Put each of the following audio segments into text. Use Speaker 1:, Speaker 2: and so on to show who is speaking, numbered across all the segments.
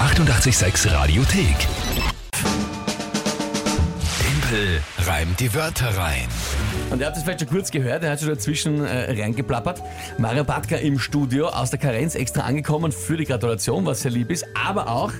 Speaker 1: 886 Radiothek. Tempel reimt die Wörter rein.
Speaker 2: Und ihr habt es vielleicht schon kurz gehört, er hat schon dazwischen äh, reingeplappert. Mario Batka im Studio, aus der Karenz extra angekommen für die Gratulation, was sehr lieb ist, aber auch,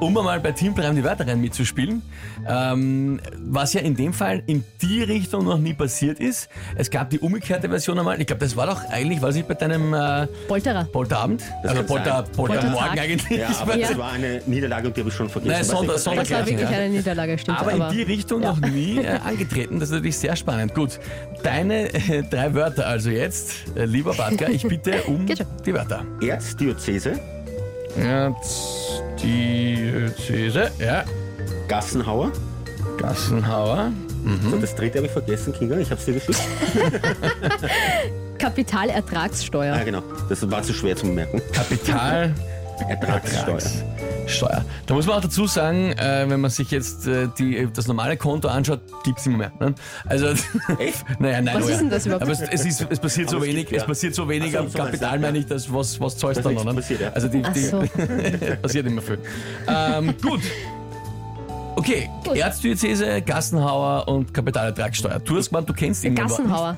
Speaker 2: um einmal bei Team Prime die Wörter rein mitzuspielen, ähm, was ja in dem Fall in die Richtung noch nie passiert ist. Es gab die umgekehrte Version einmal, ich glaube, das war doch eigentlich, weiß ich, bei deinem äh,
Speaker 3: Polterer.
Speaker 2: Polterabend, also
Speaker 4: kann
Speaker 2: Polter,
Speaker 4: sein.
Speaker 2: Poltermorgen
Speaker 3: Poltertag.
Speaker 2: eigentlich.
Speaker 4: Ja, aber
Speaker 3: Ja.
Speaker 4: das war eine Niederlage und die habe ich schon vergessen.
Speaker 2: Nein,
Speaker 4: was
Speaker 2: Sonder-
Speaker 4: ich-
Speaker 2: Sonder-
Speaker 3: Das war wirklich eine Niederlage, stimmt.
Speaker 2: Aber in die Richtung noch nie äh, angetreten. Das ist natürlich sehr spannend. Gut, deine äh, drei Wörter also jetzt, äh, lieber Bartka, ich bitte um
Speaker 3: Geht schon.
Speaker 2: die Wörter.
Speaker 4: Erzdiözese,
Speaker 2: Erzdiözese, ja,
Speaker 4: Gassenhauer.
Speaker 2: Gassenhauer, Mhm.
Speaker 4: So, das dritte habe ich vergessen, Kinga. Ich habe es dir geschickt.
Speaker 3: Kapitalertragssteuer.
Speaker 4: Ah,
Speaker 2: Äh,
Speaker 4: genau. Das war zu schwer zu merken.
Speaker 2: Kapital.
Speaker 4: Ertragssteuer.
Speaker 2: Steuer. Da muss man auch dazu sagen, äh, wenn man sich jetzt äh, die, das normale Konto anschaut, gibt's immer mehr. Ne? Also,
Speaker 4: Echt?
Speaker 2: naja, nein,
Speaker 3: Was
Speaker 2: oh ja.
Speaker 3: ist denn das überhaupt?
Speaker 2: Aber es, es, ist, es passiert so
Speaker 4: Aber es
Speaker 2: wenig,
Speaker 4: gibt, ja.
Speaker 2: es passiert so
Speaker 4: Ach
Speaker 2: wenig
Speaker 4: so,
Speaker 2: am
Speaker 4: so meinst du,
Speaker 2: Kapital,
Speaker 4: ja.
Speaker 2: meine ich, dass was, was zahlst du
Speaker 4: Dass
Speaker 2: dann,
Speaker 4: nichts
Speaker 2: oder?
Speaker 4: passiert, ja.
Speaker 2: Also, die,
Speaker 3: Ach
Speaker 2: die
Speaker 3: so.
Speaker 2: passiert immer viel. ähm, gut. Okay,
Speaker 3: Gut.
Speaker 2: Erzdiözese, Gassenhauer und Kapitalertragssteuer. Du hast gemeint, du kennst irgendwann.
Speaker 3: Gassenhauer.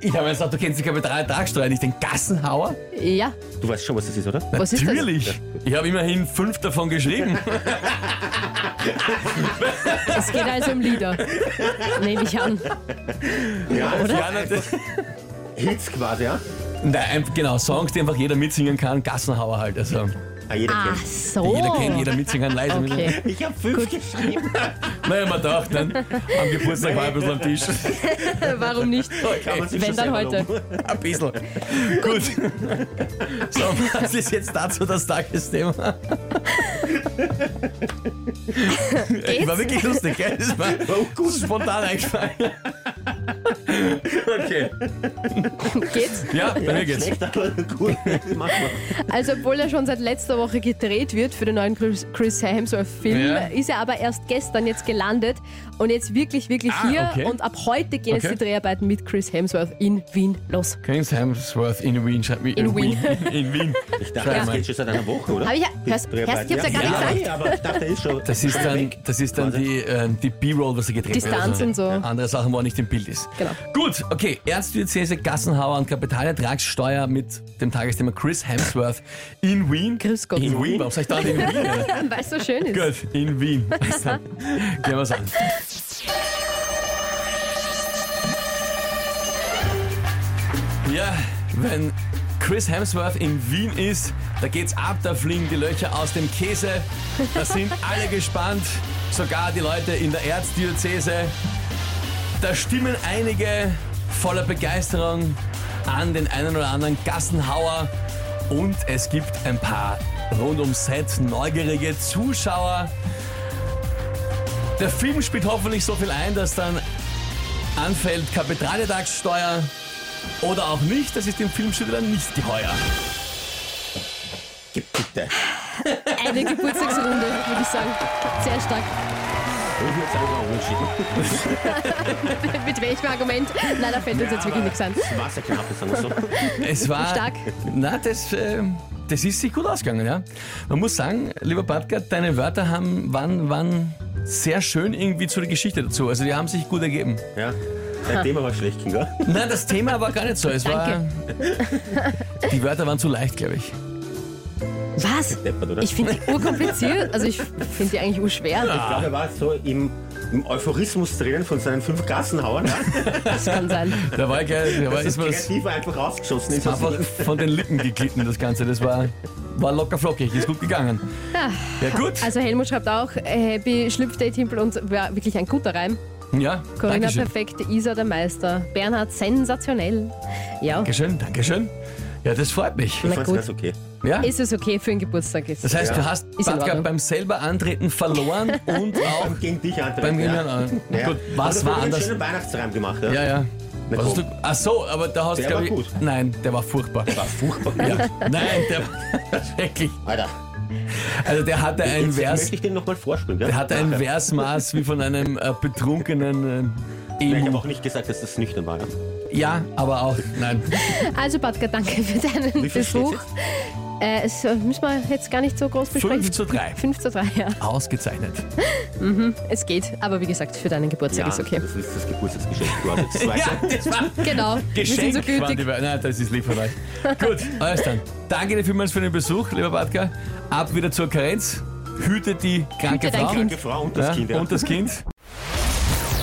Speaker 2: Ich habe gesagt, du kennst die Kapitalertragssteuer nicht, den Gassenhauer?
Speaker 3: Ja,
Speaker 4: Du weißt schon, was das ist, oder?
Speaker 3: was ist das?
Speaker 2: Natürlich! Ich habe immerhin fünf davon geschrieben.
Speaker 3: Es geht also um Lieder. Nehme ich an.
Speaker 4: Ja, das
Speaker 2: Ja, natürlich.
Speaker 4: sind Hits quasi, ja.
Speaker 2: Nein, einfach- genau, Songs, die einfach jeder mitsingen kann, Gassenhauer halt. Also
Speaker 4: Ah, jeder
Speaker 3: Ach
Speaker 4: kennt.
Speaker 3: so.
Speaker 2: jeder kennt, jeder mitsingen kann, leise mitsingen.
Speaker 3: Oh. Okay.
Speaker 4: Ich habe fünf geschrieben.
Speaker 2: Naja, man dachte, dann am Geburtstag war ein bisschen am Tisch.
Speaker 3: Warum nicht?
Speaker 4: Kann man sich
Speaker 3: Wenn
Speaker 4: schon
Speaker 3: dann
Speaker 4: selber
Speaker 3: heute.
Speaker 4: loben.
Speaker 2: Ein bisschen. Gut. So, was ist jetzt dazu das Tagesthema?
Speaker 3: Geht's?
Speaker 2: War wirklich lustig, gell? Das war spontan eingefallen. Okay.
Speaker 3: Geht's?
Speaker 2: Ja, bei mir geht's.
Speaker 4: Schlecht, aber gut. Mach mal.
Speaker 3: Also obwohl er schon seit letzter Woche gedreht wird für den neuen Chris, Chris Hemsworth-Film,
Speaker 2: Ja.
Speaker 3: ist er aber erst gestern jetzt gelandet und jetzt wirklich, wirklich
Speaker 2: Ah,
Speaker 3: hier.
Speaker 2: okay.
Speaker 3: Und ab heute gehen
Speaker 2: Okay.
Speaker 3: jetzt die Dreharbeiten mit Chris Hemsworth in Wien los.
Speaker 2: Chris Hemsworth in Wien. schreibt-
Speaker 3: In Wien.
Speaker 2: In Wien.
Speaker 4: Ich dachte, das geht schon seit einer Woche, oder?
Speaker 3: Hab ich ja-
Speaker 4: Die
Speaker 3: hörst-
Speaker 4: Dreharbeiten,
Speaker 3: hörst, ich hab's ja gar nicht
Speaker 4: ja, aber- aber ich dachte, ist schon.
Speaker 2: Das ist dann, das ist dann die, ähm, die B-Roll, was er gedreht hat. Also
Speaker 3: Distanz und so.
Speaker 2: Andere Sachen, wo er nicht im Bild ist.
Speaker 3: Genau.
Speaker 2: Gut, okay. Erzdiözese Gassenhauer und Kapitalertragssteuer mit dem Tagesthema Chris Hemsworth in Wien.
Speaker 3: Grüß Gott.
Speaker 2: In Wien? Warum sag ich da in Wien?
Speaker 3: Weil es so schön ist.
Speaker 2: Gut, in Wien. Also, Gehen wir's an. Ja, wenn Chris Hemsworth in Wien ist, da geht's ab, da fliegen die Löcher aus dem Käse. Da sind alle gespannt, sogar die Leute in der Erzdiözese. Da stimmen einige voller Begeisterung an den einen oder anderen Gassenhauer und es gibt ein paar rund ums Set neugierige Zuschauer. Der Film spielt hoffentlich so viel ein, dass dann anfällt Kapitalertragssteuer oder auch nicht. Das ist dem Filmstudio dann nicht geheuer.
Speaker 4: Bitte.
Speaker 3: Eine Geburtstagsrunde, würde ich sagen. Sehr stark.
Speaker 4: Ich würde sagen, auch unentschieden.
Speaker 3: Mit welchem Argument? Nein, da fällt uns jetzt wirklich nichts an.
Speaker 4: Das Wasser knapp ist, sagen wir so.
Speaker 2: Es war.
Speaker 3: Stark.
Speaker 2: Na, das, äh, das ist sich gut ausgegangen, ja. Man muss sagen, lieber Bartka, deine Wörter haben, waren, waren sehr schön irgendwie zu der Geschichte dazu. Also die haben sich gut ergeben.
Speaker 4: Ja. Dein Thema war schlecht, Kinga.
Speaker 2: Nein, das Thema war gar nicht so. Es war. Die Wörter waren zu leicht, glaube ich.
Speaker 3: Was?
Speaker 4: Deppert, oder?
Speaker 3: Ich finde die urkompliziert. Also ich finde die eigentlich urschwer.
Speaker 4: Ich glaube, er war so im, im Euphorismus drinnen von seinen fünf Gassenhauern. Ja?
Speaker 3: Das kann sein.
Speaker 2: Da war, gell, da war
Speaker 4: Das
Speaker 2: ist
Speaker 4: ist
Speaker 2: mir das
Speaker 4: kreativ einfach rausgeschossen. Ist Also,
Speaker 2: einfach von den Lippen geglitten, das Ganze. Das war, war locker flockig, ist gut gegangen. Ja, gut.
Speaker 3: Also Helmut schreibt auch, äh, Happy Schlüpfday Timpel und war wirklich ein guter Reim.
Speaker 2: Ja,
Speaker 3: Corinna
Speaker 2: Dankeschön.
Speaker 3: perfekt, Isa der Meister, Bernhard sensationell. Ja,
Speaker 2: Dankeschön, Dankeschön. Ja, das freut mich.
Speaker 4: ich
Speaker 3: na
Speaker 4: fand's
Speaker 3: gut.
Speaker 4: ganz okay.
Speaker 2: Ja.
Speaker 3: ist es okay für den Geburtstag? Ist.
Speaker 2: Das heißt, du hast
Speaker 3: in
Speaker 2: Batka
Speaker 3: Ordnung.
Speaker 2: beim selber antreten verloren und auch
Speaker 4: Beim gegen dich antreten.
Speaker 2: beim Gegner.
Speaker 4: Ja. Ja.
Speaker 2: Gut, was war
Speaker 4: Aber dafür haben wir einen
Speaker 2: anders?
Speaker 4: schönen Weihnachtsreim gemacht. Ja.
Speaker 2: Ja, ja.
Speaker 4: Na
Speaker 2: Was hast du,
Speaker 4: komm.
Speaker 2: ach so, aber da hast du,
Speaker 4: Der
Speaker 2: glaube
Speaker 4: war
Speaker 2: ich.
Speaker 4: gut.
Speaker 2: Nein, der war furchtbar.
Speaker 4: War furchtbar.
Speaker 2: Ja. Nein, der war schrecklich.
Speaker 4: Alter,
Speaker 2: Also der hatte ein
Speaker 4: jetzt
Speaker 2: Vers,
Speaker 4: möchte ich den nochmal vorspielen. Gell?
Speaker 2: der hatte ein
Speaker 4: Nachher.
Speaker 2: Versmaß wie von einem äh, betrunkenen äh,
Speaker 4: Nein, Ich habe
Speaker 2: Emu.
Speaker 4: auch nicht gesagt, dass das nüchtern war. Ja?
Speaker 2: Ja, aber auch. Nein.
Speaker 3: Also Batka, danke für
Speaker 4: Wie
Speaker 3: deinen
Speaker 4: viel
Speaker 3: Besuch. Äh, es äh, müssen wir jetzt gar nicht so groß besprechen.
Speaker 2: 5 zu 3.
Speaker 3: 5 zu 3, ja.
Speaker 2: Ausgezeichnet.
Speaker 3: Es geht, aber wie gesagt, für deinen Geburtstag ist okay.
Speaker 4: das ist das Geburtstagsgeschenk geworden. Das weiß
Speaker 2: Ja, das war
Speaker 3: Genau.
Speaker 2: Geschenk.
Speaker 3: wir sind so
Speaker 2: waren die
Speaker 3: gütig.
Speaker 2: Wörter. Nein, das ist lieb von euch. Gut, alles dann. Danke dir vielmals für den Besuch, lieber Bartka. Ab wieder zur Karenz. Hüte die kranke
Speaker 3: Hüte dein
Speaker 2: Frau.
Speaker 4: ich. Die Frau und das
Speaker 2: Ja,
Speaker 4: Kind. Ja.
Speaker 2: Und das Kind.